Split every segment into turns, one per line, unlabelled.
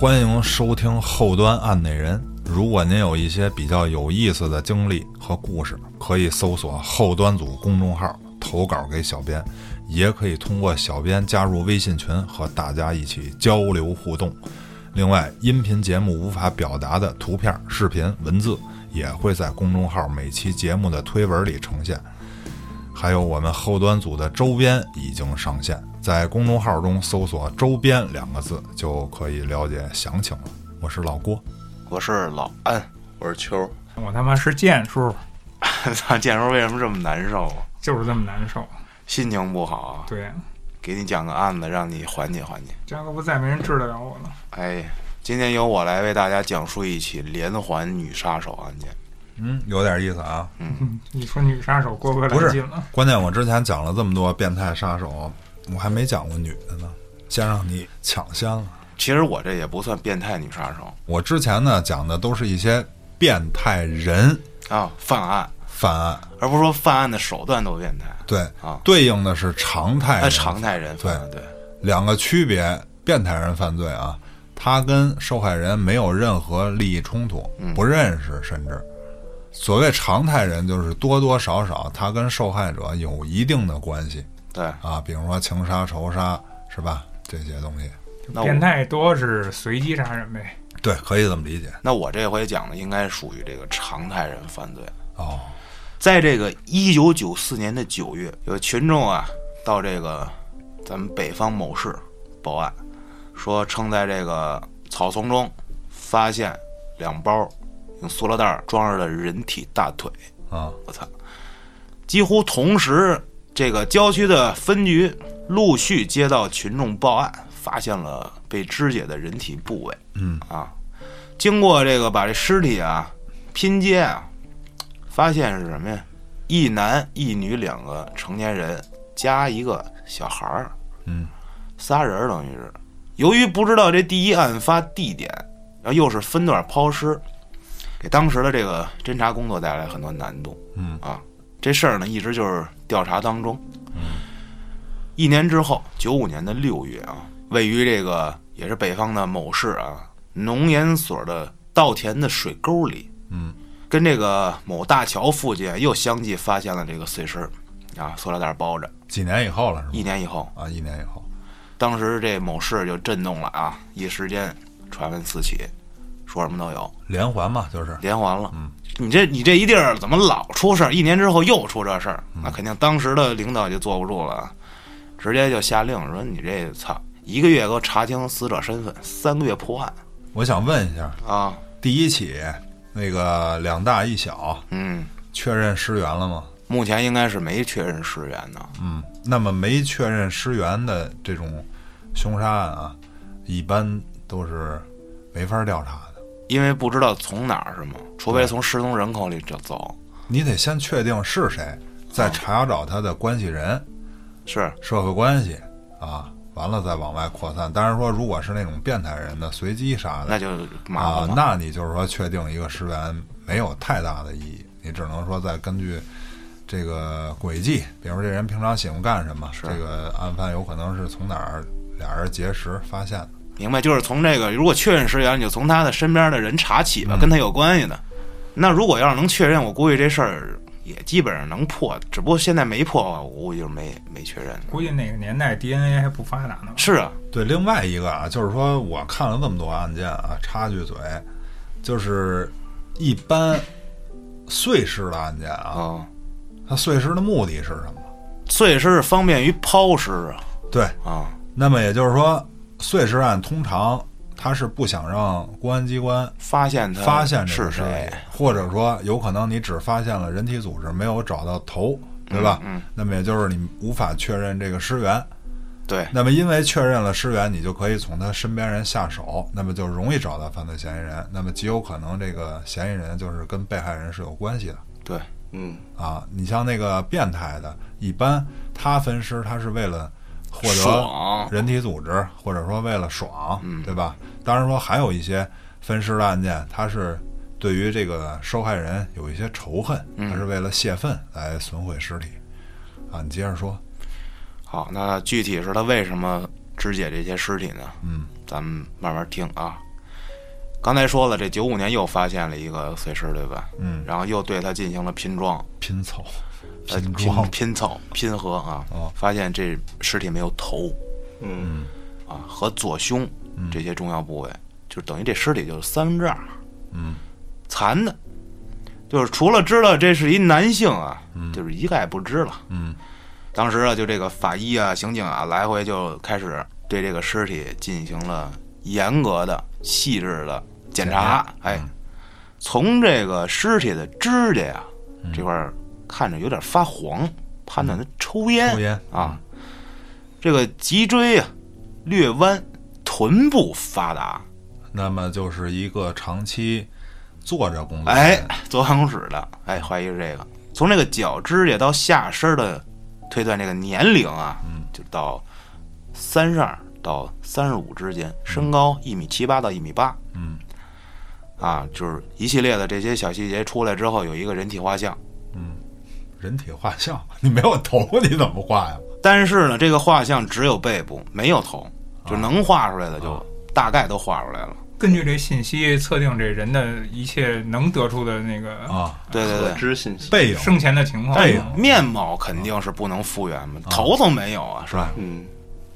欢迎收听后端案内人。如果您有一些比较有意思的经历和故事，可以搜索“后端组”公众号投稿给小编，也可以通过小编加入微信群和大家一起交流互动。另外，音频节目无法表达的图片、视频、文字也会在公众号每期节目的推文里呈现。还有我们后端组的周边已经上线，在公众号中搜索“周边”两个字就可以了解详情了。我是老郭，
我是老安，我是秋儿。
我他妈是剑叔，
操，建叔为什么这么难受啊？
就是这么难受。
心情不好啊？
对，
给你讲个案子，让你缓解缓解。
这样要不再没人治得了我了。
哎，今天由我来为大家讲述一起连环女杀手案件。
嗯，有点意思啊。
嗯，你说女杀手郭哥
不
来
是
劲了，，
关键我之前讲了这么多变态杀手，我还没讲过女的呢，先让你抢先了。
其实我这也不算变态女杀手
我之前呢讲的都是一些变态人
啊，犯案，
犯案，
而不是说犯案的手段多变态。
对，
啊
对应的是常态
那
人
常态人
对
犯案，哎对，
两个区别，变态人犯罪啊，他跟受害人没有任何利益冲突，不认识，甚至所谓常态人就是多多少少他跟受害者有一定的关系
对，
啊，比如说情杀、仇杀，是吧？这些东西，
那我
变态多是随机杀人呗。
对，可以这么理解
那我这回讲的应该属于这个常态人犯罪。
哦。
在这个一九九四年的九月，有群众啊到这个咱们北方某市报案，说称在这个草丛中发现两包用塑料袋装着的人体大腿。
啊，
我操！几乎同时，这个郊区的分局陆续接到群众报案，发现了被肢解的人体部位。
嗯
啊，经过这个把这尸体啊拼接啊，发现是什么呀？一男一女两个成年人加一个小孩儿，
嗯，
仨人儿等于是。由于不知道这第一案发地点，然后又是分段抛尸，给当时的这个侦查工作带来很多难度。
嗯
啊，这事儿呢一直就是调查当中。嗯，一年之后，九五年的六月啊，位于这个也是北方的某市啊农研所的稻田的水沟里，
嗯，
跟这个某大桥附近啊又相继发现了这个碎尸，啊，塑料袋包着。
几年以后了是
一
吗？
年以后，
啊，一年以后，
当时这某市就震动了啊，一时间传闻四起，说什么都有，
连环嘛，就是
连环了。
嗯
你这你这一地儿怎么老出事儿？一年之后又出这事儿，
嗯
那肯定当时的领导就坐不住了啊，直接就下令说你这操一个月给我查清死者身份，三个月破案
我想问一下，
啊。
第一起那个两大一小
嗯，
确认尸源了吗？
目前应该是没确认尸源呢。
嗯，那么没确认尸源的这种凶杀案啊，一般都是没法调查的。
因为不知道从哪儿是吗？除非从失踪人口里就走，
你得先确定是谁，再查找他的关系人、
是
社会关系啊，完了再往外扩散。当然说，如果是那种变态人的随机杀的
那就麻
啊
烦，了。
那你就是说确定一个尸源没有太大的意义，你只能说再根据。这个轨迹，比如这人平常喜欢干什么，这个案犯有可能是从哪儿俩人结识发现的。
明白，就是从这个，如果确认尸源，你就从他的身边的人查起
嗯
吧，跟他有关系的。那如果要是能确认，我估计这事儿也基本上能破，只不过现在没破，我估计就是没没确认。
估计那个年代 DNA 还不发达呢。
是啊，
对，另外一个啊，就是说我看了这么多案件啊，插句嘴，啊就是一般碎尸的案件
啊、
啊，它碎尸的目的是什么？
碎尸是方便于抛尸啊，
对，
啊，
那么也就是说，碎尸案通常他是不想让公安机关
发现他
发现这
啊是
个尸
谁
体，，或者说有可能你只发现了人体组织，没有找到头，对吧？
嗯嗯
那么也就是你无法确认这个尸源。
对，
那么因为确认了尸源，你就可以从他身边人下手，那么就容易找到犯罪嫌疑人，那么极有可能这个嫌疑人就是跟被害人是有关系的
对，
啊。你像那个变态的，一般他分尸他是为了获
爽嗯
得人体组织，或者说为了爽，对吧？当然说还有一些分尸的案件，他是对于这个受害人有一些仇恨，
嗯
他是为了泄愤来损毁尸体。啊，你接着说，
好，那具体是他为什么肢解这些尸体呢？
嗯，
咱们慢慢听啊。刚才说了，这九五年又发现了一个碎尸，对吧？
嗯，
然后又对它进行了拼装，
拼凑、
呃
拼
拼
装，
拼凑、拼合啊，
哦
发现这尸体没有头
嗯，
啊和左胸这些重要部位，就等于这尸体就是三分之二
嗯，
残的，就是除了知道这是一男性啊，就是一概不知了。
嗯，
当时啊，就这个法医啊、刑警啊，来回就开始对这个尸体进行了严格的、细致的检查。哎，从这个尸体的指甲呀、这块儿看着有点发黄，判断他抽烟
抽烟
啊。这个脊椎啊略弯，臀部发达，
那么就是一个长期坐着工作的
哎
人，，
坐办公室的，哎，怀疑是这个。从这个脚指甲到下身的推断，这个年龄啊，就到三十二到三十五之间，身高一米七八到一米八，
嗯，
啊，就是一系列的这些小细节出来之后，有一个人体画像。
人体画像，你没有头你怎么画呀？
但是呢，这个画像只有背部，没有头，就能画出来的就大概都画出来了。
根据这信息测定这人的一切能得出的那个
啊，
对对
可
对，
知信息，
背影
生前的情况。
对
面貌肯定是不能复原嘛，头都没有啊，是
是
吧？
吧？
嗯，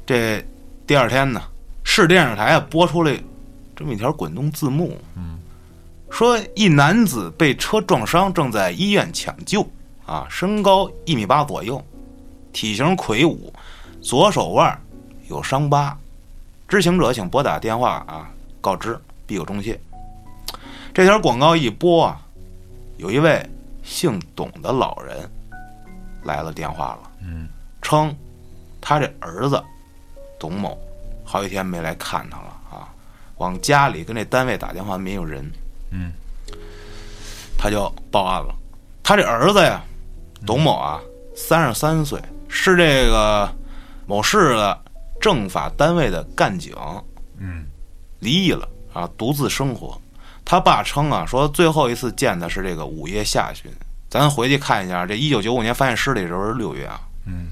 这第二天呢，市电视台啊播出了这么一条滚动字幕，嗯，说一男子被车撞伤，正在医院抢救，啊，身高一米八左右，体型魁梧，左手腕有伤疤，知情者请拨打电话啊告知，必有重谢。这条广告一播啊，有一位姓董的老人来了电话了，
嗯，
称他这儿子董某好几天没来看他了啊，往家里跟这单位打电话没有人，
嗯，
他就报案了。他这儿子呀，董某啊，三十三岁，是这个某市的政法单位的干警，
嗯，
离异了啊，独自生活。他爸称啊，说最后一次见他是这个五月下旬，咱回去看一下，这一九九五年发现尸体的时候是六月啊，
嗯，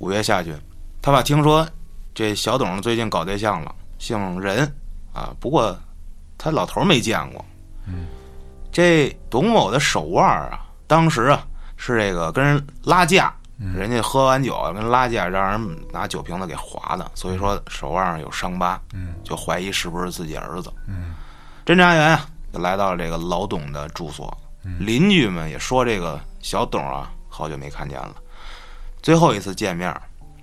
五月下旬，他爸听说这小董最近搞对象了，姓任啊，不过他老头儿没见过。嗯，这董某的手腕儿啊，当时啊是这个跟人拉架，人家喝完酒啊跟人拉架，让人拿酒瓶子给划的，所以说手腕上有伤疤，
嗯，
就怀疑是不是自己儿子。
嗯，
侦查员啊就来到了这个老董的住所，邻居们也说这个小董啊好久没看见了。最后一次见面儿，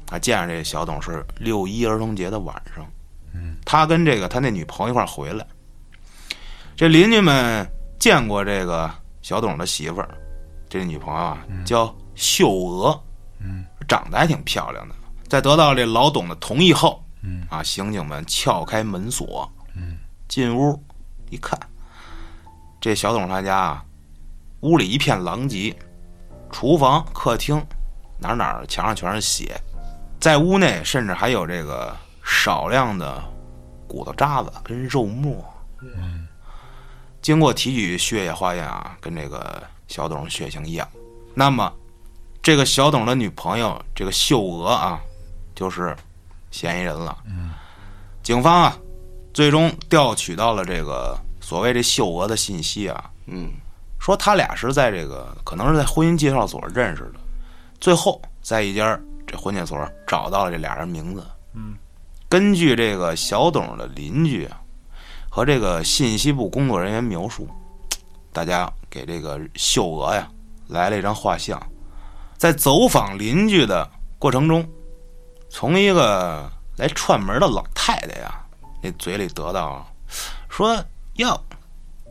啊，见着这小董是六一儿童节的晚上，嗯，他跟这个他那女朋友一块儿回来，这邻居们见过这个小董的媳妇儿，这女朋友啊叫秀娥，嗯，长得还挺漂亮的。在得到这老董的同意后，嗯，啊，刑警们撬开门锁，嗯，进屋一看，这小董他家啊，屋里一片狼藉，厨房、客厅哪儿哪儿墙上全是血，在屋内甚至还有这个少量的骨头渣子跟肉末。经过提取血液化验啊，跟这个小董血型一样。那么，这个小董的女朋友这个秀娥啊，就是嫌疑人了。嗯，警方啊，最终调取到了这个所谓这秀娥的信息啊，
嗯，
说他俩是在这个可能是在婚姻介绍所认识的，最后在一家这婚介所找到了这俩人名字。
嗯，
根据这个小董的邻居啊和这个信息部工作人员描述，大家给这个秀娥呀来了一张画像。在走访邻居的过程中，从一个来串门的老太太呀那嘴里得到说：“哟，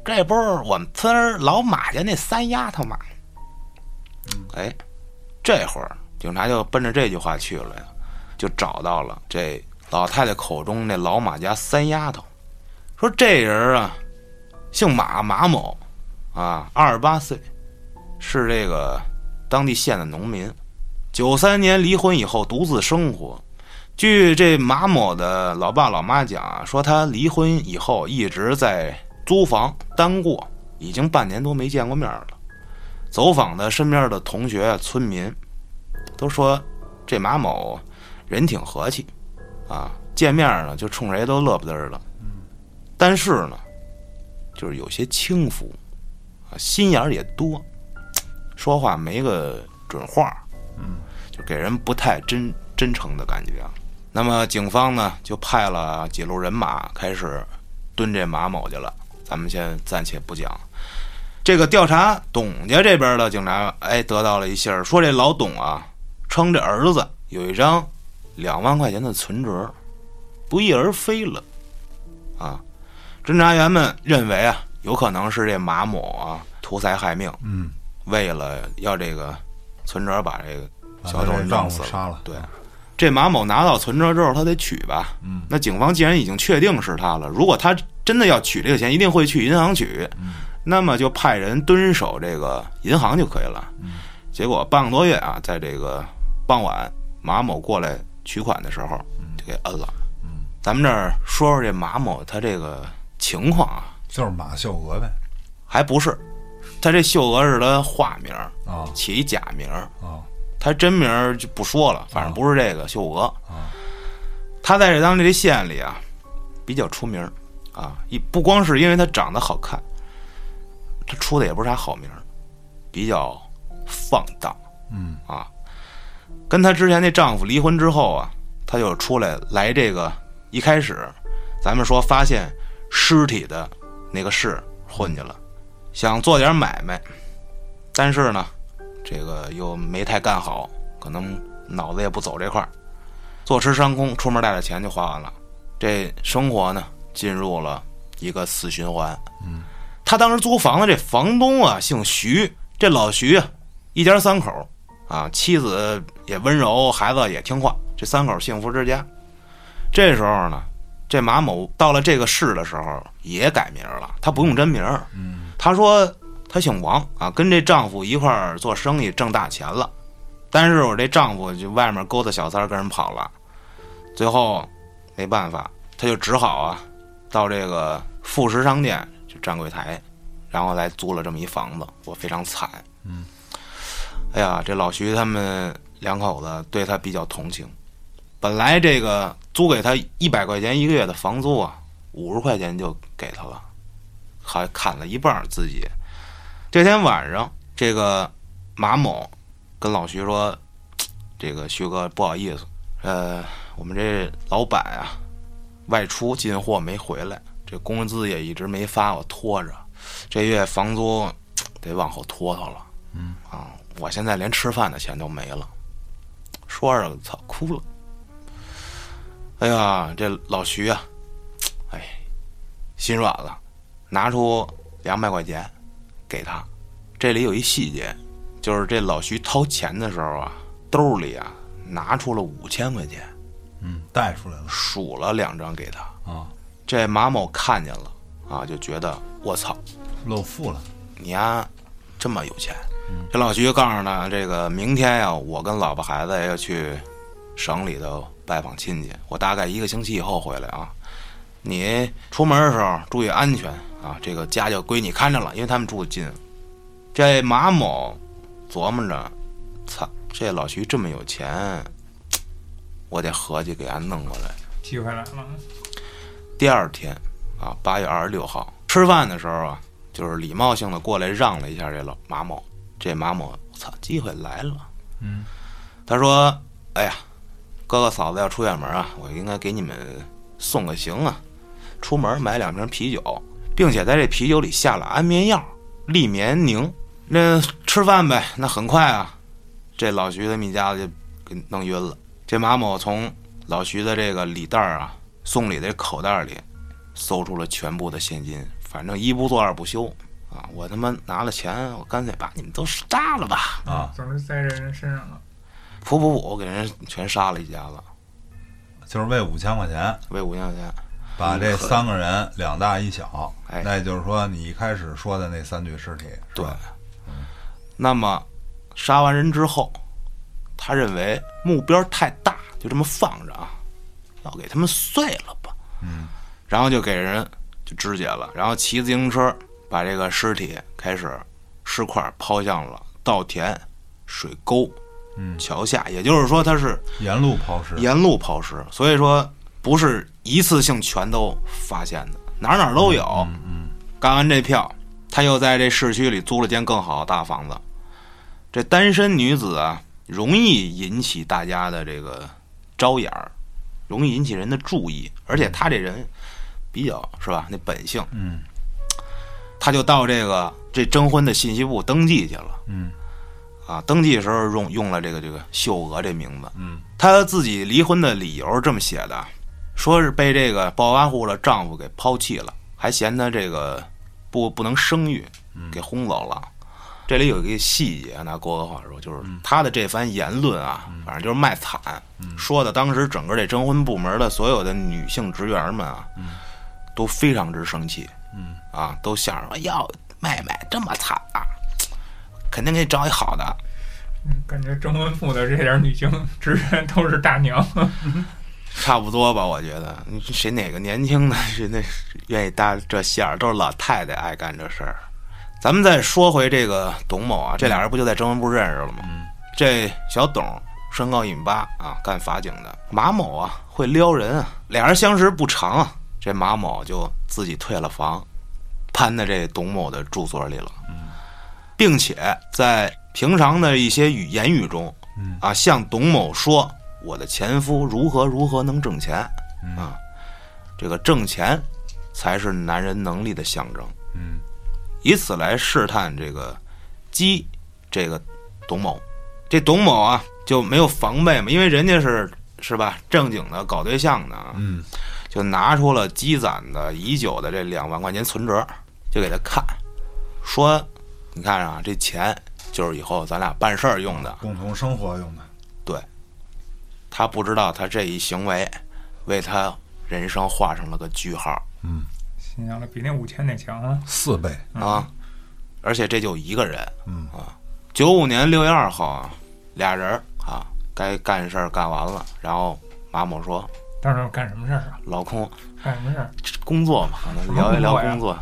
这不是我们村儿老马家那三丫头吗？”哎，这会儿警察就奔着这句话去了呀，就找到了这老太太口中那老马家三丫头，说这人啊，姓马马某，啊，二十八岁，是这个当地县的农民，九三年离婚以后独自生活。据这马某的老爸老妈讲啊，说他离婚以后一直在租房单过，已经半年多没见过面了。走访的身边的同学、村民，都说这马某人挺和气，啊，见面呢就冲谁都乐不嘚儿的。但是呢，就是有些轻浮，啊，心眼儿也多，说话没个准话，
嗯，
就给人不太真真诚的感觉啊。那么警方呢，就派了几路人马开始蹲这马某去了。咱们先暂且不讲，这个调查董家这边的警察，哎，得到了一信儿，说这老董啊，称这儿子有一张两万块钱的存折，不翼而飞了。啊，侦查员们认为啊，有可能是这马某啊图财害命，
嗯，
为了要这个存折，把这个
把
小
他
董
这
弄
丈
死
夫
了。
杀了，
对，这马某拿到存折之后，他得取吧。
嗯，
那警方既然已经确定是他了，如果他真的要取这个钱，一定会去银行取，那么就派人蹲守这个银行就可以了。结果半个多月啊，在这个傍晚，马某过来取款的时候，就给摁了。咱们这儿说说这马某他这个情况啊，
就是马秀娥呗，
还不是，他这秀娥是他化名儿，
啊
起一假名儿，
啊
他真名儿就不说了，反正不是这个秀娥。
啊
他在这当地这县里啊，比较出名儿啊，一不光是因为他长得好看，他出的也不是啥好名儿，比较放荡
嗯
啊。跟她之前那丈夫离婚之后啊，她就出来来这个一开始，咱们说发现尸体的那个市混去了，想做点买卖，但是呢，这个又没太干好，可能脑子也不走这块儿，坐吃山空，出门带着钱就花完了。这生活呢，进入了一个死循环。
嗯，
他当时租房的这房东啊，姓徐，这老徐啊，一家三口啊，妻子也温柔，孩子也听话，这三口幸福之家。这时候呢，这马某到了这个市的时候也改名了，他不用真名，
嗯
他说他姓王啊，跟这丈夫一块儿做生意挣大钱了，但是我这丈夫就外面勾搭小三儿跟人跑了，最后没办法，他就只好啊，到这个副食商店就站柜台，然后来租了这么一房子，我非常惨。
嗯，
哎呀，这老徐他们两口子对他比较同情，本来这个租给他一百块钱一个月的房租啊，五十块钱就给他了。还砍了一半儿自己。这天晚上，这个马某跟老徐说：“这个徐哥，不好意思，呃，我们这老板啊，外出进货没回来，这工资也一直没发，我拖着，这月房租得往后拖拖了。
嗯
啊，我现在连吃饭的钱都没了。”说着，操，哭了。哎呀，这老徐啊，哎，心软了，拿出两百块钱给他。这里有一细节，就是这老徐掏钱的时候啊，兜里啊拿出了五千块钱，
嗯，带出来了
数了两张给他。
啊，
这马某看见了啊，就觉得我操，
露富了，
你呀这么有钱。这老徐告诉他，这个明天呀、我跟老婆孩子要去省里头拜访亲戚，我大概一个星期以后回来啊。你出门的时候注意安全啊，这个家就归你看着了，因为他们住得近。这马某琢磨着，操，这老徐这么有钱，我得合计给俺弄过来。
机会来了，
第二天啊，八月二十六号吃饭的时候啊，就是礼貌性的过来让了一下这老马某。这马某，我操，机会来了。
嗯，
他说：“哎呀，哥哥嫂子要出远门啊，我应该给你们送个行啊。出门买两瓶啤酒，并且在这啤酒里下了安眠药利眠宁。那吃饭呗，那很快啊，这老徐他们一家子就给弄晕了。这马某从老徐的这个礼袋儿啊，送礼的口袋里，搜出了全部的现金。反正一不做二不休啊，我他妈拿了钱，我干脆把你们都杀了吧。
啊，
嗯总之栽在人身上了。
噗噗噗，我给人全杀了一家子，
就是为五千块钱
为五千块钱。
把这三个人两大一小，
哎
那就是说你一开始说的那三具尸体，是
对
吧，
那么杀完人之后，他认为目标太大，就这么放着啊，要给他们碎了吧。
嗯，
然后就给人就肢解了，然后骑自行车把这个尸体开始尸块抛向了稻田、水沟、
嗯
桥下，也就是说他是
沿路抛尸，
沿路抛尸，所以说不是一次性全都发现的，哪儿哪儿都有。
嗯嗯，
干完这票，他又在这市区里租了间更好的大房子。这单身女子啊，容易引起大家的这个招眼儿，容易引起人的注意，而且他这人比较是吧，那本性，
嗯，
他就到这个这征婚的信息部登记去了，
嗯，
啊，登记的时候用用了这个这个秀娥这名字，
嗯，
他自己离婚的理由是这么写的，说是被这个暴发户的丈夫给抛弃了，还嫌她这个不不能生育，给轰走了。这里有一个细节啊，拿郭哥话说，就是他的这番言论啊，反正就是卖惨，说的当时整个这征婚部门的所有的女性职员们啊，都非常之生气，啊，都想着哎呀，妹妹这么惨啊，肯定给你找一好的。
嗯感觉征婚部的这点女性职员都是大娘，
差不多吧，我觉得你谁哪个年轻的谁那愿意搭这线儿，都是老太太爱干这事儿。咱们再说回这个董某啊，这俩人不就在征文部认识了吗？这小董身高一米八啊，干法警的；马某啊，会撩人啊。俩人相识不长啊，这马某就自己退了房，搬到这董某的住所里了，并且在平常的一些语言语中，啊，向董某说我的前夫如何如何能挣钱啊，这个挣钱才是男人能力的象征，
嗯，
以此来试探这个鸡这个董某，这董某啊就没有防备嘛，因为人家是是吧正经的搞对象的，
嗯，
就拿出了积攒的已久的这两万块钱存折，就给他看，说你看啊这钱就是以后咱俩办事儿用的。
共同生活用的，
他不知道他这一行为为他人生画上了个句号
心想了比那五千那强啊！
四倍，
啊！而且这就一个人，
嗯
啊，九五年六月二号啊，俩人儿啊该干事儿干完了，然后马某说
当时我干什么事儿啊？：“
老公，
干什么事儿？
工作嘛，咱聊一聊工作，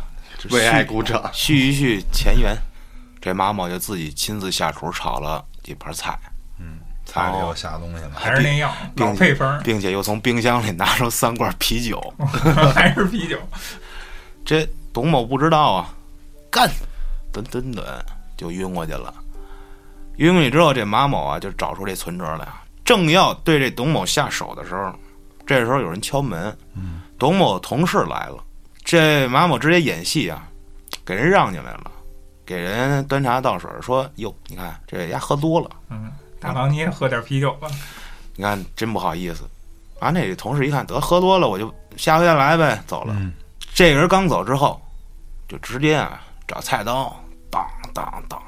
为爱鼓掌。
续一续前缘。”这马某就自己亲自下厨炒了几盘菜，
菜里有下东西了，
还是那样
并
老配方儿，
并且又从冰箱里拿出三罐啤酒。
还是啤酒。
这董某不知道啊，干，蹲蹲蹲就晕过去了。晕过去之后，这马某啊就找出这存折来啊，正要对这董某下手的时候，这时候有人敲门，董某同事来了，这马某直接演戏啊，给人让进来了，给人端茶倒水，说：“哟，你看这丫喝多了，
嗯，大郎你也喝点啤酒吧。
你看真不好意思。”啊，那同事一看，得喝多了，我就下回再来呗，走了。
嗯
这人刚走之后，就直接啊找菜刀，当当当，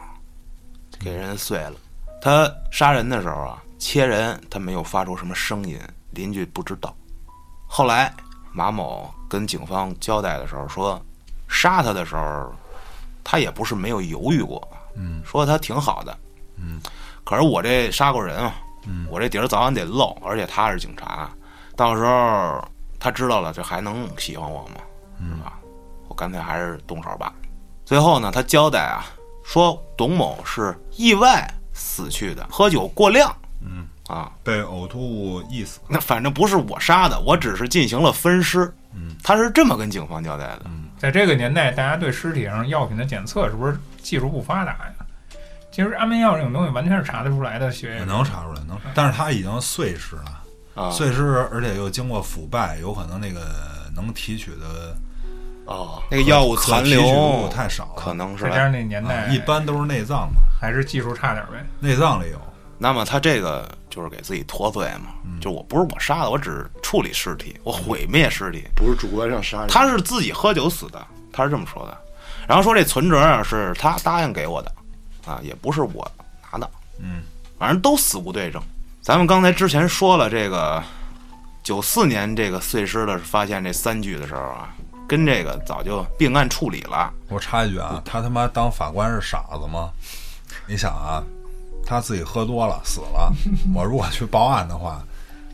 给人碎了。他杀人的时候啊，切人他没有发出什么声音，邻居不知道。后来马某跟警方交代的时候说，杀他的时候，他也不是没有犹豫过，
嗯，
说他挺好的，嗯，可是我这杀过人啊，嗯，我这底儿早晚得露，而且他是警察，到时候他知道了，这还能喜欢我吗？是
嗯
吧？我干脆还是动手吧。最后呢，他交代啊，说董某是意外死去的，喝酒过量。
嗯
啊，
被呕吐物缢死，
那反正不是我杀的，我只是进行了分尸。
嗯，
他是这么跟警方交代的。
在这个年代，大家对尸体上药品的检测是不是技术不发达呀？其实安眠药这种东西完全是查得出来的血液
也能查出来，能查，但是他已经碎尸了，
哎啊，
碎尸，而且又经过腐败，有可能那个能提取的
哦，那个药物残
可提取物
留
太少了，
可能是
再
来
加上那年代
啊，，一般都是内脏嘛，
还是技术差点呗。
内脏里有，
那么他这个就是给自己脱罪嘛，
嗯
就我不是我杀的，我只是处理尸体，我毁灭尸体。
不是主观上杀人，
他是自己喝酒死的，他是这么说的。然后说这存折啊是他答应给我的，啊，也不是我拿的，
嗯，
反正都死无对证。咱们刚才之前说了这个九四年这个碎尸的发现这三具的时候啊，跟这个早就并案处理了，
我插一句
嗯
啊，他他妈当法官是傻子吗？你想啊，他自己喝多了死了，我如果去报案的话，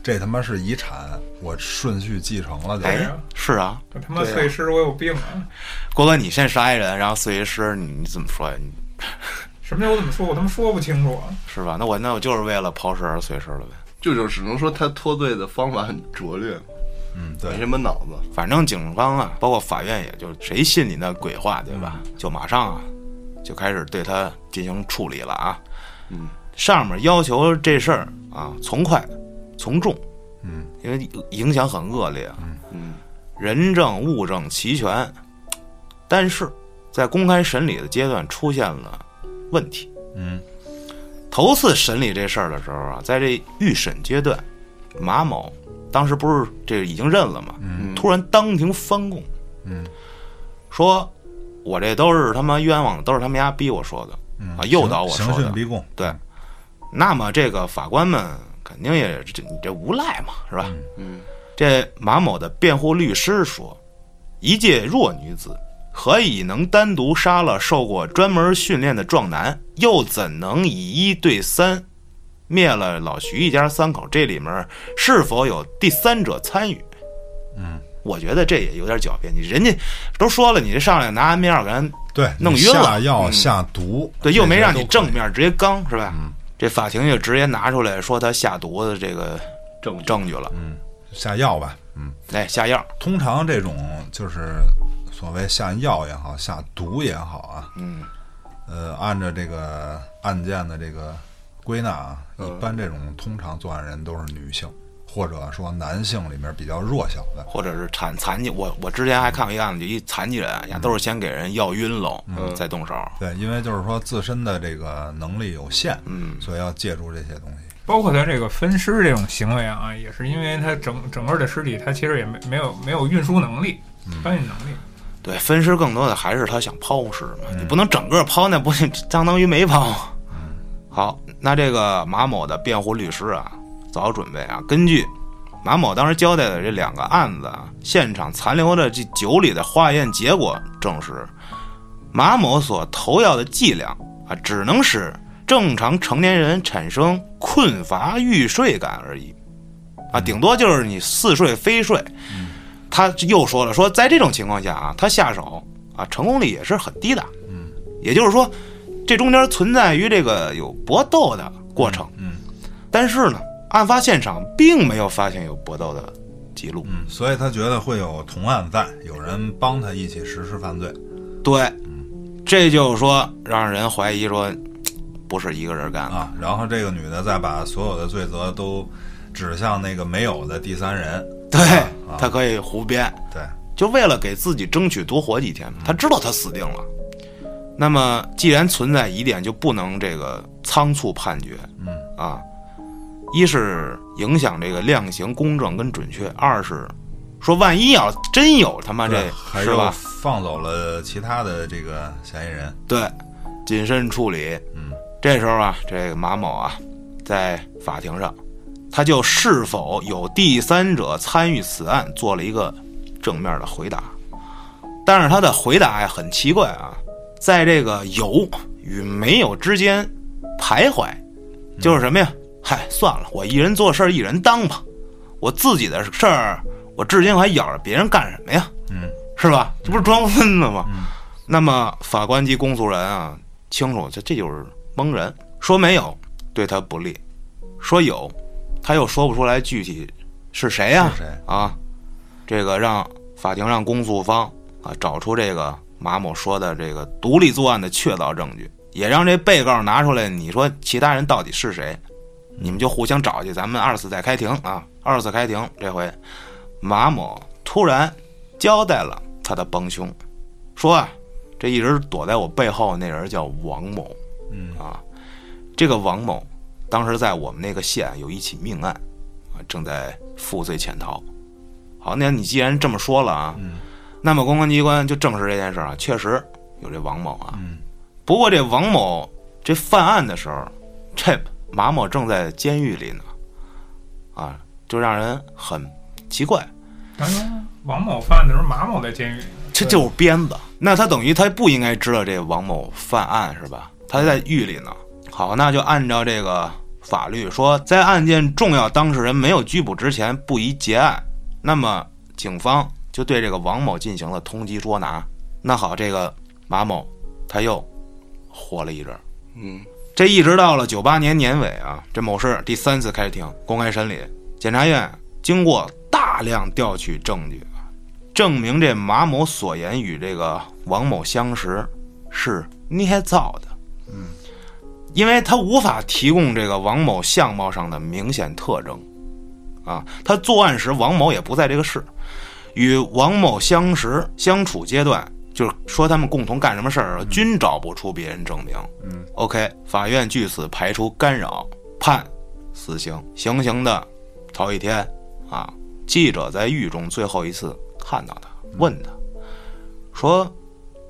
这他妈是遗产，我顺序继承了就
哎
是。，
是啊，
这他妈
对啊
碎尸，我有病啊！
郭哥你先杀一人，然后碎一尸，你你怎么说呀？你
什么叫我怎么说？我他妈说不清楚啊。
是吧？那我那我就是为了抛尸而碎尸了呗。
这就只能说他脱罪的方法很拙劣。
嗯，
没
对，
什么脑子，
反正警方啊，包括法院，也就是谁信你那鬼话，对吧？就马上啊，就开始对他进行处理了啊。
嗯，
上面要求这事儿啊，从快从重，
嗯，
因为影响很恶劣啊，
嗯，
人证物证齐全。但是在公开审理的阶段出现了问题。
嗯，
头次审理这事儿的时候啊，在这预审阶段，马某当时不是这已经认了吗？
嗯
突然当庭翻供，
嗯，
说我这都是他妈冤枉的，都是他们家逼我说的，
嗯
啊诱导我
刑
说
讯
的
逼供，
对。那么这个法官们肯定也这你这无赖嘛，是吧？
嗯，
这马某的辩护律师说，一介弱女子何以能单独杀了受过专门训练的壮男？又怎能以一对三灭了老徐一家三口？这里面是否有第三者参与？嗯，我觉得这也有点狡辩。你人家都说了，你这上来拿安眠药给人
对，
弄
你
晕了
下药
嗯
下毒，
对，又
这些
没让
都
你
可
正
以，嗯
面直接刚是吧？这法庭就直接拿出来说他下毒的这个
证据
证据了，
嗯下药吧，嗯。
哎，下药，
通常这种就是所谓下药也好，下毒也好啊，
嗯，
呃，按照这个案件的这个归纳啊，
嗯
一般这种通常作案人都是女性，或者说男性里面比较弱小的，
或者是残残疾。我我之前还看过一案子，就一残疾人，
嗯
人家都是先给人药晕喽，再动手。
对，因为就是说自身的这个能力有限，
嗯，
所以要借助这些东西。
包括他这个分尸这种行为啊，也是因为他整整个的尸体，他其实也没没有没有运输能力、
嗯
搬运能力。
对，分尸更多的还是他想抛尸嘛，你不能整个抛，那不是相当于没抛。好，那这个马某的辩护律师啊，做好准备啊，根据马某当时交代的这两个案子啊，现场残留的这酒里的化验结果证实，马某所投药的剂量啊，只能使正常成年人产生困乏欲睡感而已，啊，顶多就是你似睡非睡。他又说了，说在这种情况下啊，他下手啊，成功率也是很低的。嗯，也就是说，这中间存在于这个有搏斗的过程。
嗯，
但是呢，案发现场并没有发现有搏斗的记录。
嗯，所以他觉得会有同案在，有人帮他一起实施犯罪。
对，
嗯
这就是说让人怀疑说，不是一个人干的。
啊，然后这个女的再把所有的罪责都指向那个没有的第三人。
对
啊，
他可以胡编。
对，
就为了给自己争取多活几天
嗯
嘛。他知道他死定了，那么既然存在疑点，就不能这个仓促判决。
嗯
啊，一是影响这个量刑公正跟准确，二是说万一要真有他啊妈这
对还
是
又
吧？
放走了其他的这个嫌疑人。
对，谨慎处理。
嗯，
这时候啊，这个马某啊，在法庭上，他就是否有第三者参与此案做了一个正面的回答，但是他的回答呀很奇怪啊，在这个有与没有之间徘徊，
嗯
就是什么呀？嗨，算了，我一人做事儿一人当吧，我自己的事儿，我至今还咬着别人干什么呀？
嗯，
是吧？这不是装孙子吗？那么法官及公诉人啊，清楚这这就是蒙人，说没有对他不利，说有，他又说不出来具体是谁呀、
是谁
啊，这个让法庭让公诉方啊找出这个马某说的这个独立作案的确凿证据，也让这被告拿出来，你说其他人到底是谁？你们就互相找去，咱们二次再开庭啊！二次开庭，这回马某突然交代了他的帮凶，说啊，这一直躲在我背后那人叫王某，
嗯
啊，这个王某当时在我们那个县有一起命案，啊，正在负罪潜逃。好，那你既然这么说了啊，那么公安机关就证实这件事儿啊，确实有这王某啊。
嗯
不过这王某这犯案的时候，这马某正在监狱里呢，啊，就让人很奇怪。
他说王某犯的时候，马某在监狱里，
这就是鞭子。那他等于他不应该知道这王某犯案是吧？他在狱里呢。好，那就按照这个法律说，在案件重要当事人没有拘捕之前，不宜结案。那么警方就对这个王某进行了通缉捉拿。那好，这个马某他又活了一阵儿。
嗯
这一直到了九八年年尾啊，这某事第三次开庭公开审理，检察院经过大大量调取证据，啊证明这马某所言与这个王某相识是捏造的。嗯，因为他无法提供这个王某相貌上的明显特征，啊，他作案时王某也不在这个市，与王某相识相处阶段，就是说他们共同干什么事儿，啊均找不出别人证明。嗯，OK，法院据此排除干扰，判死刑，行刑的头一天啊，记者在狱中最后一次看到他，问他说：“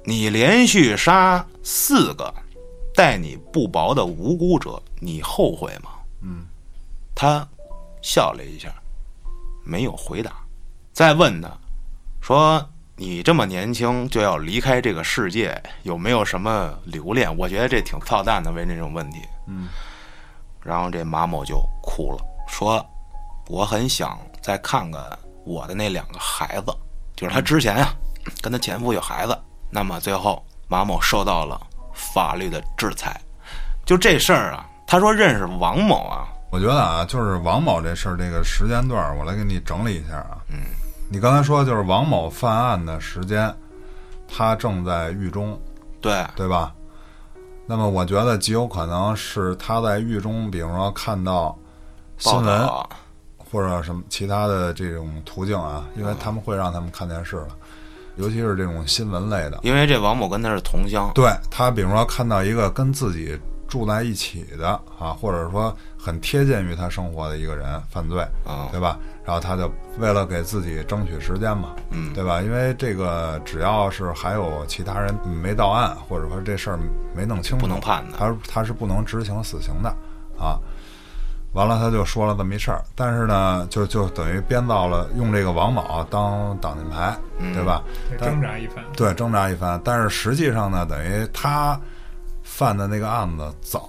你连续杀四个待你不薄的无辜者，你后悔吗？”嗯，他笑了一下，没有回答。再问他说：“你这么年轻就要离开这个世界，有没有什么留恋？”我觉得这挺操蛋的，问这种问题。
嗯
然后这马某就哭了，说：“我很想再看看我的那两个孩子，就是她之前啊，跟她前夫有孩子。那么最后马某受到了法律的制裁。就这事儿啊，他说认识王某啊，
我觉得啊，就是王某这事儿这个时间段儿，我来给你整理一下啊。嗯，你刚才说就是王某犯案的时间，他正在狱中，
对
对吧？那么我觉得极有可能是他在狱中，比如说看到新
报
闻
道啊
或者什么其他的这种途径啊，因为他们会让他们看电视了，尤其是这种新闻类的。
因为这王某跟他是同乡，
对他，比如说看到一个跟自己住在一起的啊，或者说很贴近于他生活的一个人犯罪，
啊
对吧？然后他就为了给自己争取时间嘛，
嗯
对吧？因为这个只要是还有其他人没到案，或者说这事儿没弄清楚，
不能判的
他是他是不能执行死刑的啊。完了，他就说了这么一事儿，但是呢，就就等于编造了用这个王某当挡箭牌，
嗯
对吧？
得
但
挣扎一番。
对，挣扎一番。但是实际上呢，等于他犯的那个案子早，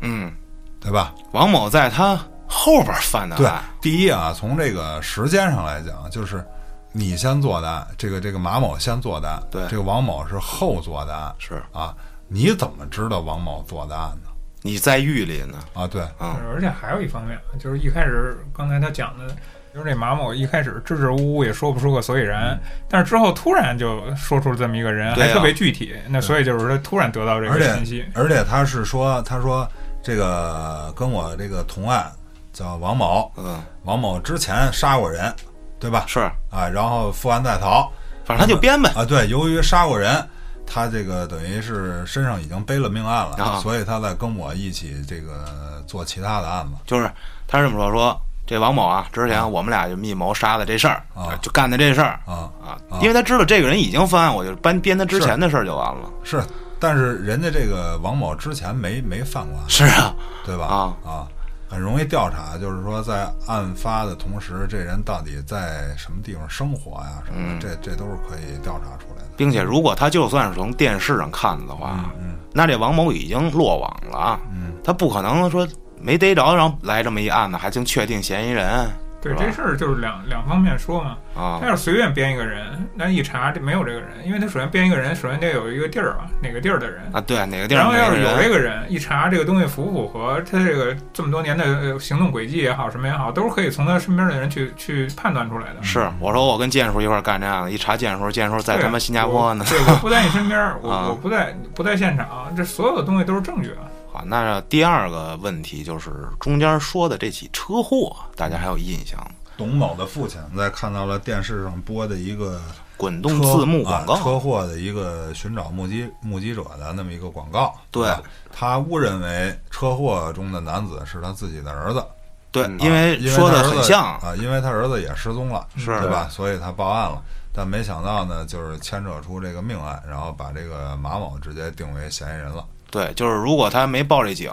嗯，
对吧？
王某在他后边犯的
对
案，，
第一啊，从这个时间上来讲，就是你先做的案，这个这个马某先做的案，
对
这个王某是后做的案，
是
啊，你怎么知道王某做的案呢？
你在狱里呢，
啊，对，
啊，
而且还有一方面，啊就是一开始刚才他讲的，就是这马某一开始支支吾吾也说不出个所以然，但是之后突然就说出了这么一个人，
嗯对啊
还特别具体。那所以就是他突然得到这
而
个信息
且，而且他是说，他说这个跟我这个同案叫王某，
嗯，
王某之前杀过人，对吧？
是，
啊，然后负案在逃，
反正他就编呗，
啊，对，由于杀过人，他这个等于是身上已经背了命案了，
啊
所以他在跟我一起这个做其他的案子。
就是他这么说说，这王某啊，之前我们俩就密谋杀的这事儿，
啊
就干的这事儿
啊
啊
啊，
因为他知道这个人已经犯案，我就搬编他之前的事儿就完了。
是，但是人家这个王某之前没没犯过案，
是啊，
对吧？
啊
很容易调查，就是说在案发的同时，这人到底在什么地方生活呀、什
嗯
么的，这这都是可以调查出来的。
并且如果他就算是从电视上看的话，
嗯
那这王某已经落网了啊，他不可能说没逮着，然后来这么一案子，还净确定嫌疑人，
对
是吧
这事儿就是两两方面说嘛。
啊
他要是随便编一个人，那一查这没有这个人，因为他首先编一个人，首先得有一个地儿吧，哪个地儿的人。
啊，对，哪个地
然
儿
后
没
要是有这
人，
个人一查这个东西符不符合他这个这么多年的呃行动轨迹也好，什么也好，都是可以从他身边的人去去判断出来的。
是我说我跟建叔一块儿干这样的，一查建叔，建叔在他妈新加坡呢。
对，啊我不在你身 边儿，我、
啊
我不在不在现场，这所有的东西都是证据啊。
好，那第二个问题就是中间说的这起车祸，大家还有印象吗？
董某的父亲在看到了电视上播的一个
滚动
车
字幕广告，
啊、车祸的一个寻找目击目击者的那么一个广告。
对
啊他误认为车祸中的男子是他自己的儿子，
对，
嗯
因为
啊因为
哎说
他
的
儿子
很像，
啊，因为他儿子也失踪了，
是
对吧？所以他报案了，但没想到呢，就是牵扯出这个命案，然后把这个马某直接定为嫌疑人了。
对，就是如果他没报这警，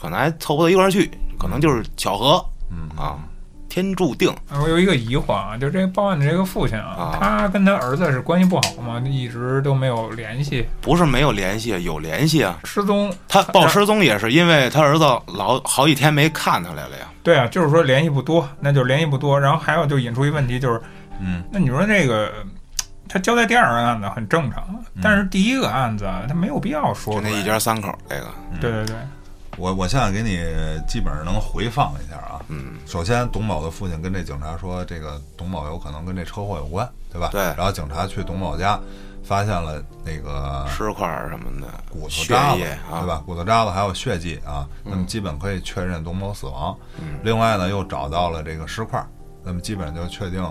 可能还凑不到一块儿去，可能就是巧合，
嗯
啊，天注定，
啊我有一个疑惑啊，就这个报案的这个父亲啊
啊，
他跟他儿子是关系不好嘛，一直都没有联系，
不是没有联系，有联系啊。
失踪。
他报失踪也是因为他儿子老好几天没看他来了呀，
对啊，就是说联系不多，那就联系不多。然后还有就引出一问题，就是，
嗯，
那你说这个他交代第二个案子很正常，但是第一个案子啊他没有必要说
就
出
那
来
一家三口这个，
对对对，
我我现在给你基本上能回放一下啊。
嗯，
首先，董某的父亲跟这警察说，这个董某有可能跟这车祸有关，对吧？
对
然后警察去董某家，发现了那个
尸块儿什么的，
骨头
血
渣子
液，啊，嗯
对吧？骨头渣子还有血迹啊，那么基本可以确认董某死亡。另外呢，又找到了这个尸块，那么基本就确定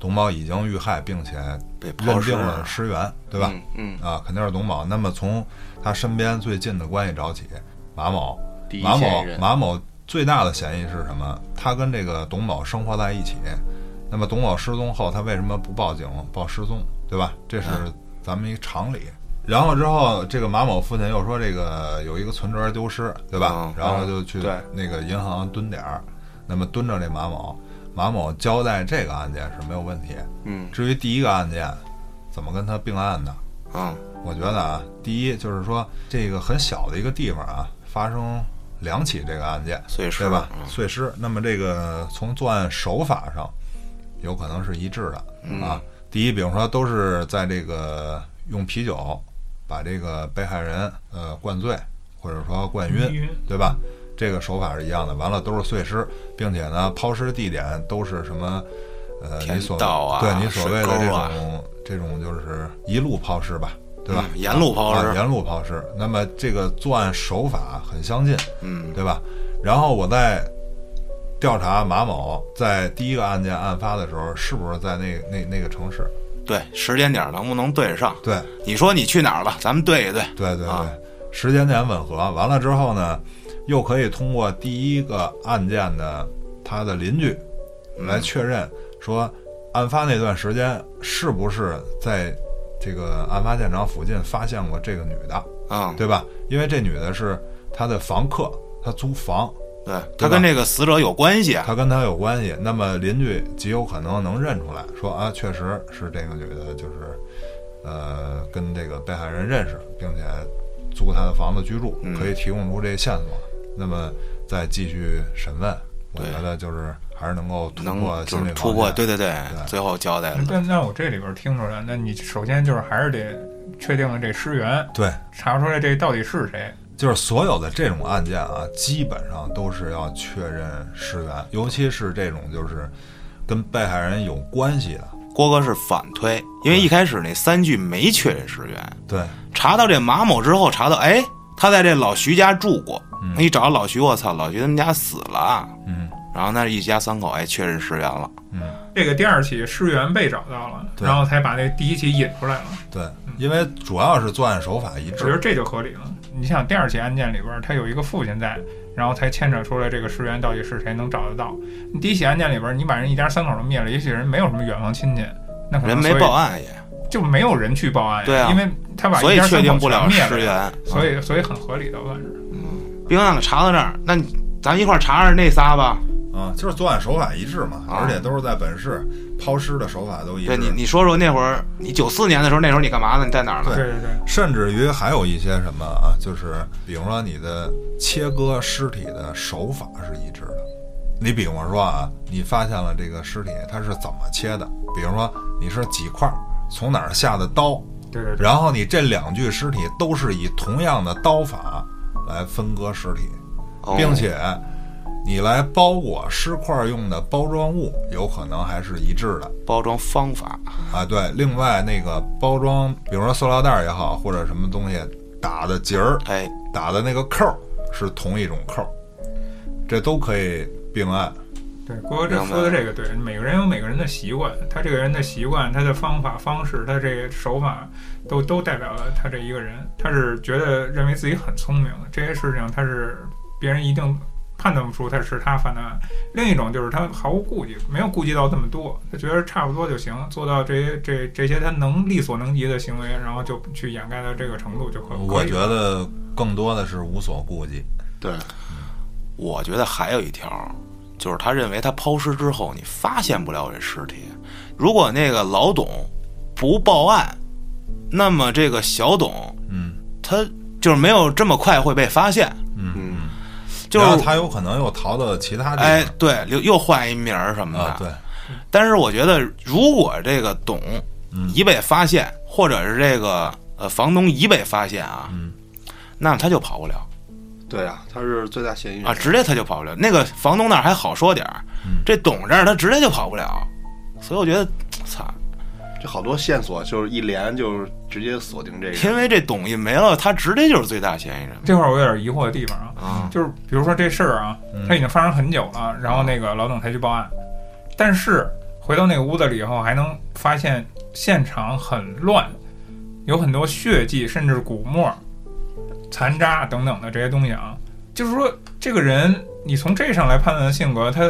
董某已经遇害，并且
被抛
认
尸
定了尸源，对吧？
嗯嗯，
啊，肯定是董某。那么从他身边最近的关系找起，马某，
第一
马某
嫌疑，人
马某最大的嫌疑是什么？他跟这个董某生活在一起，那么董某失踪后，他为什么不报警报失踪，对吧？这是
嗯
咱们一常理。然后之后，这个马某父亲又说这个有一个存折丢失，对吧
嗯？
然后就去
对
那个银行蹲点儿，那么蹲着这马某，马某交代这个案件是没有问题。
嗯
至于第一个案件，怎么跟他并案的？
嗯，
我觉得啊，第一就是说这个很小的一个地方啊，发生两起这个案件，
碎尸
对吧？
嗯
碎尸，那么这个从作案手法上，有可能是一致的、啊。第一，比如说都是在这个用啤酒把这个被害人呃灌醉，或者说灌晕，
晕
对吧？这个手法是一样的，完了都是碎尸，并且呢，抛尸地点都是什么？呃，
田
你所
道啊
对你所谓的这
水沟
种、
啊
这种就是一路抛尸吧，对吧？
嗯沿路抛尸
啊沿路抛尸。那么这个作案手法很相近，
嗯，
对吧？然后我在调查马某在第一个案件案发的时候，是不是在那那那个城市？
对，时间点儿能不能对得上？
对，
你说你去哪儿了？咱们对一对，
对对对，
啊
时间点吻合。完了之后呢，又可以通过第一个案件的他的邻居来确认说，案发那段时间是不是在这个案发现场附近发现过这个女的，
嗯，
对吧？因为这女的是他的房客，他租房，
对，
对吧
他跟这个死者有关系啊，
他跟他有关系，那么邻居极有可能能认出来，说啊，确实是这个女的，就是呃跟这个被害人认识，并且租他的房子居住，
嗯
可以提供出这些线索。那么再继续审问，我
对
觉得就是还是能够突
能
破
就
心理
是
防
突破，
线
对对对，
对
最后交代了，
但那我这里边听出来，那你首先就是还是得确定了这尸源，
对，
查出来这到底是谁。
就是所有的这种案件啊，基本上都是要确认尸源，尤其是这种就是跟被害人有关系的，
郭哥是反推，因为一开始那三句没确认尸源，
对。
查到这马某之后，查到哎，他在这老徐家住过，那一找老徐，我操，老徐他们家死了啊，
嗯
然后那一家三口哎确认尸源了，
这个第二起尸源被找到了，
对
然后才把那第一起引出来了。
对，因为主要是作案手法一
我觉得
致，
这就合理了。你想第二起案件里边儿，他有一个父亲在，然后才牵扯出来这个尸源到底是谁能找得到。你第一起案件里边儿，你把人一家三口都灭了，也许人没有什么远房亲戚，那可能
人没
啊所以
报案也，
就没有人去报案呀，
对啊
因为他把
所
一
以
家
确
三
定
口
不
全
了
灭
尸
了，
源，
所以所以很合理的，算是。
并案查到这儿，那你咱一块儿查查那仨吧。
啊，就是作案手法一致嘛，
啊
而且都是在本市抛尸的手法都一
对你，
致，
你说说那会儿，你九四年的时候，那时候你干嘛呢？你在哪儿
对
呢？
对对，
甚至于还有一些什么啊，就是比如说你的切割尸体的手法是一致的。你比方说啊，你发现了这个尸体它是怎么切的，比如说你是几块儿，从哪儿下的刀，
对对对，
然后你这两具尸体都是以同样的刀法来分割尸体，
哦
并且你来包裹尸块用的包装物，有可能还是一致的
包装方法，
啊。对，另外那个包装，比如说塑料袋儿也好，或者什么东西打的结儿、
哎，
打的那个扣儿是同一种扣儿，这都可以并案。
对郭哥这
明白
说的这个对，每个人有每个人的习惯，他这个人的习惯、他的方法、方式、他这个手法，都都代表了他这一个人。他是觉得认为自己很聪明，这些事情他是别人一定判断不出他是他犯的案。另一种就是他毫无顾忌，没有顾忌到这么多，他觉得差不多就行，做到这些这这些他能力所能及的行为，然后就去掩盖到这个程度就可
我
可以
觉
了。
得更多的是无所顾忌。
对，
我觉得还有一条，就是他认为他抛尸之后，你发现不了这尸体。如果那个老董不报案，那么这个小董
嗯
他就是没有这么快会被发现，
嗯，
就
然后
是
他有可能又逃到其他地方。
哎，对，又又换一名儿什么的。
啊，对，
但是我觉得，如果这个董
嗯
一被发现，
嗯
或者是这个呃房东一被发现啊，那他就跑不了。
对啊，他是最大嫌疑人
啊，直接他就跑不了。那个房东那儿还好说点儿，
嗯
这董这儿他直接就跑不了，所以我觉得，操，
这好多线索就是一连就是直接锁定这个。
因为这董一没了，他直接就是最大嫌疑人。
这块儿我有点疑惑的地方啊，
啊，
就是比如说这事儿啊，它已经发生很久了，然后那个老董才去报案，但是回到那个屋子里以后，还能发现现场很乱，有很多血迹，甚至骨沫、残渣等等的这些东西啊。就是说，这个人你从这上来判断的性格，他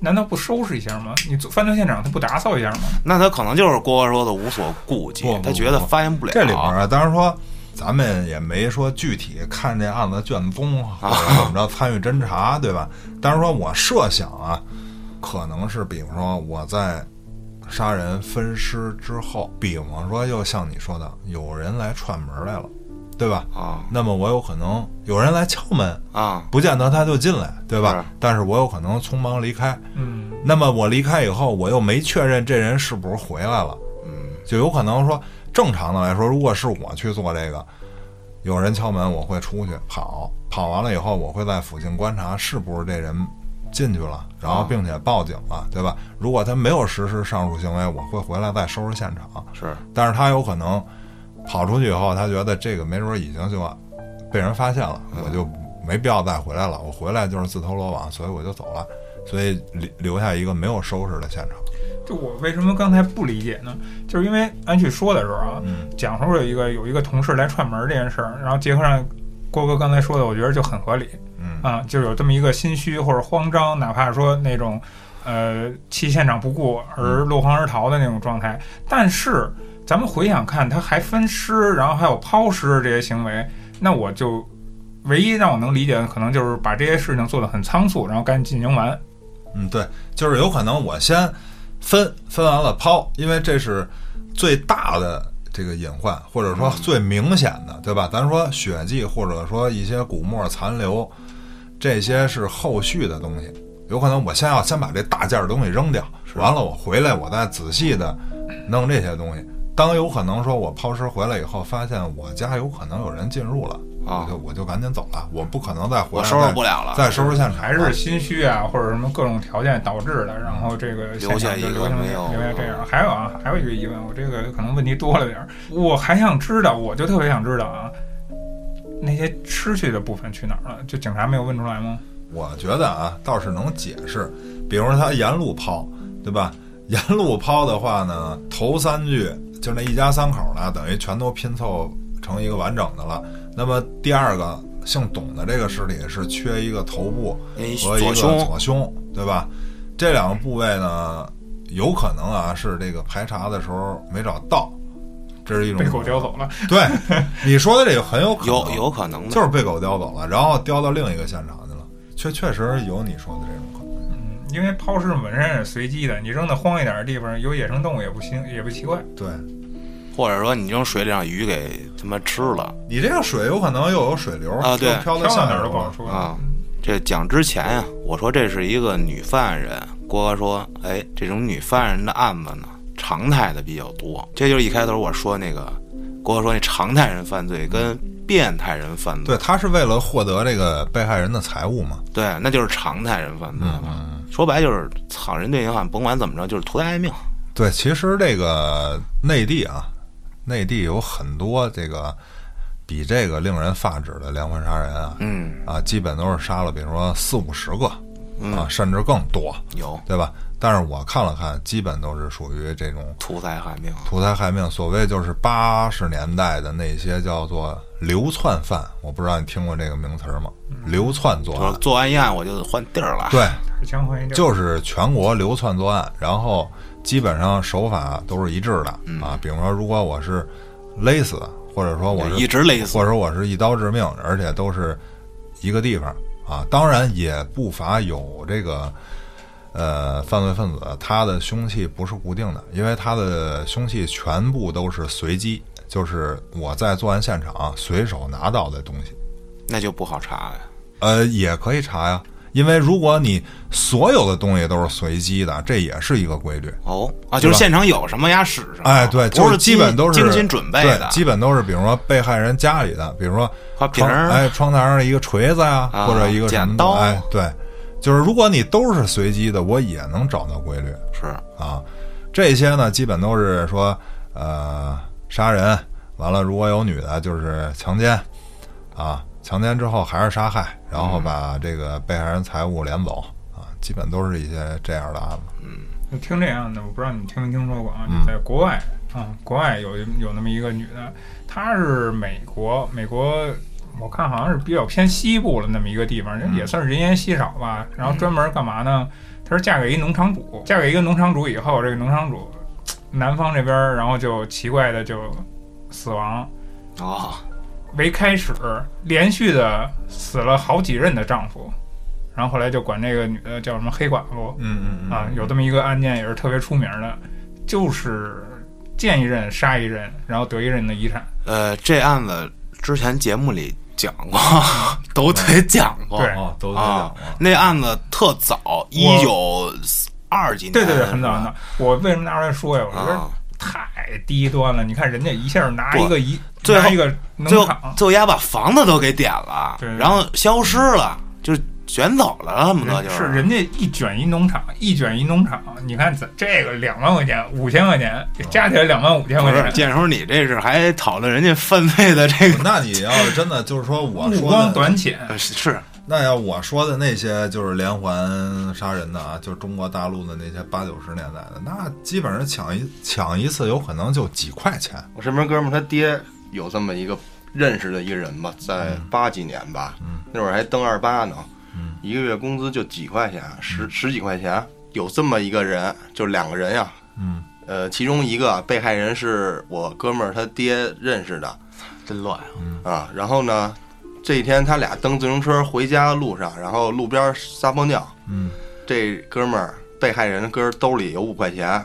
难道不收拾一下吗？你犯罪现场他不打扫一下吗？
那他可能就是郭哥说的无所顾忌
不，不
他觉得发现不了。
这里边啊，当然说，咱们也没说具体看这案子卷宗
啊
或者怎么着参与侦查，对吧？但是说我设想啊，可能是比方说我在杀人分尸之后，比方说又像你说的，有人来串门来了，对吧？
啊
那么我有可能有人来敲门，
啊，
不见得他就进来，对吧？
是
但是我有可能匆忙离开。
嗯，
那么我离开以后，我又没确认这人是不是回来了，
嗯，
就有可能说，正常的来说，如果是我去做这个，有人敲门，我会出去跑，跑完了以后，我会在附近观察是不是这人进去了，然后
啊
并且报警了，对吧？如果他没有实施上述行为，我会回来再收拾现场。
是
但是他有可能跑出去以后，他觉得这个没准已经就被人发现了，
嗯
我就没必要再回来了。我回来就是自投罗网，所以我就走了，所以留留下一个没有收拾的现场。
就我为什么刚才不理解呢？就是因为安旭说的时候啊，
嗯
讲述了一个有一个同事来串门儿这件事儿，然后结合上郭哥刚才说的，我觉得就很合理
嗯
啊，就是有这么一个心虚或者慌张，哪怕说那种呃弃现场不顾而落荒而逃的那种状态。但是咱们回想看，他还分尸，然后还有抛尸这些行为，那我就唯一让我能理解的，可能就是把这些事情做得很仓促，然后赶紧进行完。
嗯，对，就是有可能我先分分完了抛，因为这是最大的这个隐患，或者
嗯
说最明显的，对吧？咱说血迹或者说一些骨沫残留，这些是后续的东西。有可能我先要先把这大件儿东西扔掉，完了我回来我再仔细的弄这些东西。当有可能说我抛尸回来以后，发现我家有可能有人进入了，
啊
我就我就赶紧走了，我不可能再回
我
来
收拾
再
不了了，
再收拾现场，
还是心虚啊，或者什么各种条件导致的，然后这个
嗯留下
现场就
一个
留
没有嗯
留下这样。还有啊，还有一个疑问，我这个可能问题多了点儿，我还想知道，我就特别想知道啊，那些失去的部分去哪儿了？就警察没有问出来吗？
我觉得啊，倒是能解释。比如说他沿路抛，对吧？ 沿路抛的话呢，头三句就那一家三口呢，等于全都拼凑成一个完整的了。那么第二个姓董的这个尸体是缺一个头部
哎
和一个
左胸
左胸，对吧？这两个部位呢，有可能啊是这个排查的时候没找到，这是一种
被狗叼。走了，
对，你说的这个很有可能啊
有有可能的，
就是被狗叼走了，然后叼到另一个现场去了，确确实有你说的这种可能。
嗯，因为抛尸本身是随机的，你扔到荒一点的地方，有野生动物也不行，也不奇怪。
对
或者说你扔水里让鱼给他妈吃了
你这个水有可能又有水流
啊对
飘
飘
到
到
下
哪
面
儿都
了
不好说
啊！这讲之前呀、我说这是一个女犯人，郭哥说，哎，这种女犯人的案子呢，常态的比较多，这就是一开头我说那个，郭哥说那常态人犯罪跟变态人犯罪
对，，他是为了获得这个被害人的财物嘛？
对，那就是常态人犯罪嘛。
嗯
说白就是，操人对银行，甭管怎么着，就是图他一命。
对，其实这个内地啊，内地有很多这个比这个令人发指的连环杀人啊，
嗯，
啊，基本都是杀了，比如说四五十个
嗯
啊，甚至更多，
有
对吧？但是我看了看，基本都是属于这种
图财害命。
土财害命，所谓就是八十年代的那些叫做流窜犯，我不知道你听过这个名词儿吗？流窜作
说
案，
做完一案我就换地儿了。，
啊对，
枪换一地儿
就是全国流窜作案，然后基本上手法都是一致的
嗯
啊。比如说，如果我是勒死，或者说我是
一直勒死
或。者说我是一刀致命，而且都是一个地方啊。当然也不乏有这个呃犯罪分子，他的凶器不是固定的，因为他的凶器全部都是随机，就是我在作案现啊场随手拿到的东西。
那就不好查呀。
呃，也可以查呀，因为如果你所有的东西都是随机的，这也是一个规律。
哦啊，就是现场有什么呀使什么，
哎，对，
不
就是基本都是
精心准备的
对，，基本都是比如说被害人家里的，比如说
花瓶
窗
儿
哎，窗台上的一个锤子呀、
啊
或者一个什么
剪刀
的，哎，对，就是如果你都是随机的，我也能找到规律
是
啊。这些呢，基本都是说，呃，杀人完了，如果有女的，就是强奸啊，强奸之后还是杀害，然后
嗯
把这个被害人财物连走啊，基本都是一些这样的案子。
就听这样的，我不知道你听没听说过啊？就在国外啊、国外有有那么一个女的，她是美国，美国我看好像是比较偏西部了那么一个地方，也算是人烟稀少吧。然后专门干嘛呢？她是嫁给一农场主，嫁给一个农场主以后，这个农场主南方这边儿，然后就奇怪的就死亡，
哦，
为开始，连续的死了好几任的丈夫，然后后来就管这个女的叫什么黑寡妇。
嗯嗯
啊，有这么一个案件也是特别出名的，就是见一任杀一任，然后得一任的遗产。
呃，这案子之前节目里讲过， 都得讲过，
对
哦，都
啊，那案子特早，一九二几年，
对对对，很早
是吧
很早。啊我为什么拿出来说呀？我
啊
说太低端了，你看人家一下拿一个一
不
拿
最后
一个
最
农
后
场，
最后丫把房子都给点了
啊对，
然后消失了，就是卷走了，恨不得
人
就是
人家一卷一农场，一卷一农场。你看咱这个两万块钱，五千块钱，加起来两万五千
不
块
是，
钱，
建叔，你这是还讨论人家犯罪的这个
那你要是真的就是说我
目
说
光
的，
短浅。
呃 是
那要我说的那些就是连环杀人的啊，就是中国大陆的那些八九十年代的，那基本上抢一抢一次有可能就几块钱。
我身边哥们儿他爹有这么一个认识的一个人吧，在八几年吧，那会儿还登二八呢，一个月工资就几块钱，啊十十几块钱。有这么一个人，就两个人呀，
嗯，
呃，其中一个被害人是我哥们儿他爹认识的
真乱啊！
啊，然后呢，这一天他俩蹬自行车回家的路上，然后路边撒泡尿，
嗯，
这哥们儿被害人哥兜里有五块钱，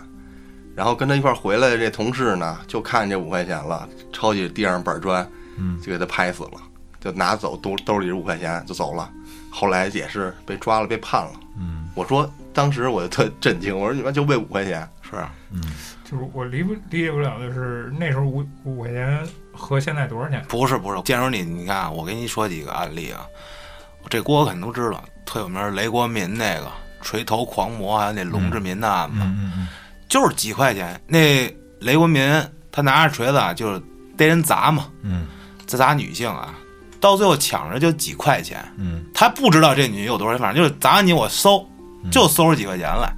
然后跟他一块儿回来的这同事呢，就看这五块钱了，抄起地上板砖，
嗯
就给他拍死了，就拿走兜兜里这五块钱就走了。后来也是被抓了，被判了。
嗯，
我说当时我就特震惊，我说你妈就为五块钱，
是
就是我理不理解不了的是，那时候五五块钱和现在多少钱？
不是不是？建叔，你你看啊，我给你说几个案例啊，这郭肯定都知道，特有名儿雷国民那个锤头狂魔，还有那龙志民的案子，
嗯嗯
就是几块钱。那雷国民他拿着锤子啊，就是逮人砸嘛，
嗯
再砸女性啊，到最后抢着就几块钱，
嗯
他不知道这女有多少钱，反正就是砸完你我搜，就搜出几块钱来。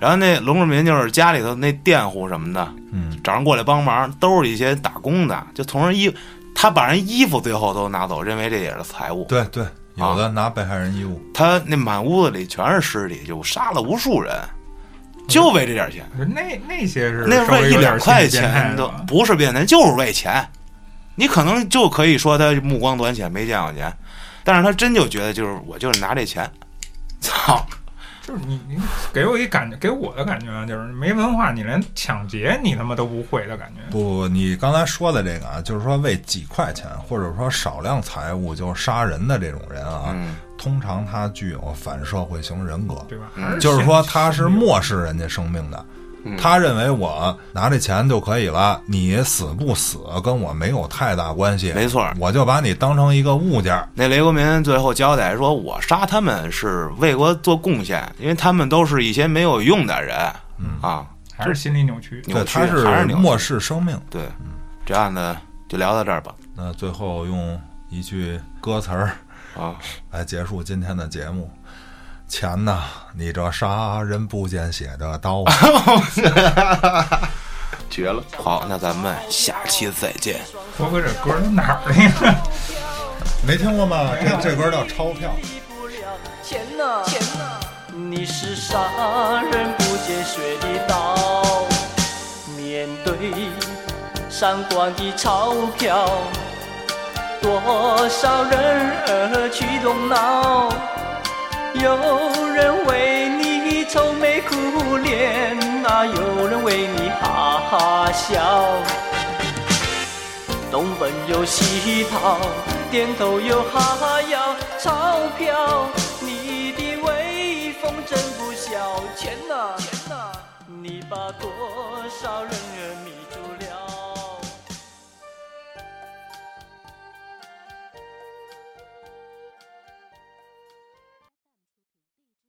然后那龙志民就是家里头那佃户什么的，
嗯
找人过来帮忙，都是一些打工的，就从人衣，他把人衣服最后都拿走，认为这也是财物。
对对，有的拿被害人衣物，
他那满屋子里全是尸体，就杀了无数人，就为这点钱。
我说那那些是
那
稍微
为一
有点
两块
心理变态
钱
的
都
啊吧
不是变态，就是为钱。你可能就可以说他目光短浅，没见过钱，但是他真就觉得就是我就是拿这钱，操！
就是你你给我一感觉，给我的感觉啊，就是没文化，你连抢劫你他妈都不会的感觉。
不不，你刚才说的这个啊，就是说为几块钱或者说少量财物就杀人的这种人啊，
嗯
通常他具有反社会型人格，
对吧？
嗯
还
就是说
先
他是漠视人家生命的，他认为我拿这钱就可以了，你死不死跟我没有太大关系，
没错
我就把你当成一个物件儿。
那雷国民最后交代说：“我杀他们是为国做贡献，因为他们都是一些没有用的人、
嗯
啊。
还是心理扭曲。
扭
对，
曲
他
还是扭曲
漠视生命。”
对，这案子就聊到这儿吧。
那最后用一句歌词儿
啊，
来结束今天的节目。钱呐，你这杀人不见血的刀啊！
绝了。
好，那咱们下期再见。
波哥这歌儿都哪儿的呀？
没听过吗？这这歌叫《钞票》。
钱呐，钱呐，你是杀人不见血的刀，面对闪光的钞票，多少人儿去动脑，有人为你愁眉苦脸啊，有人为你哈哈笑。东奔又西跑，点头又哈腰，钞票，你的真不小，钱呐、你把多少人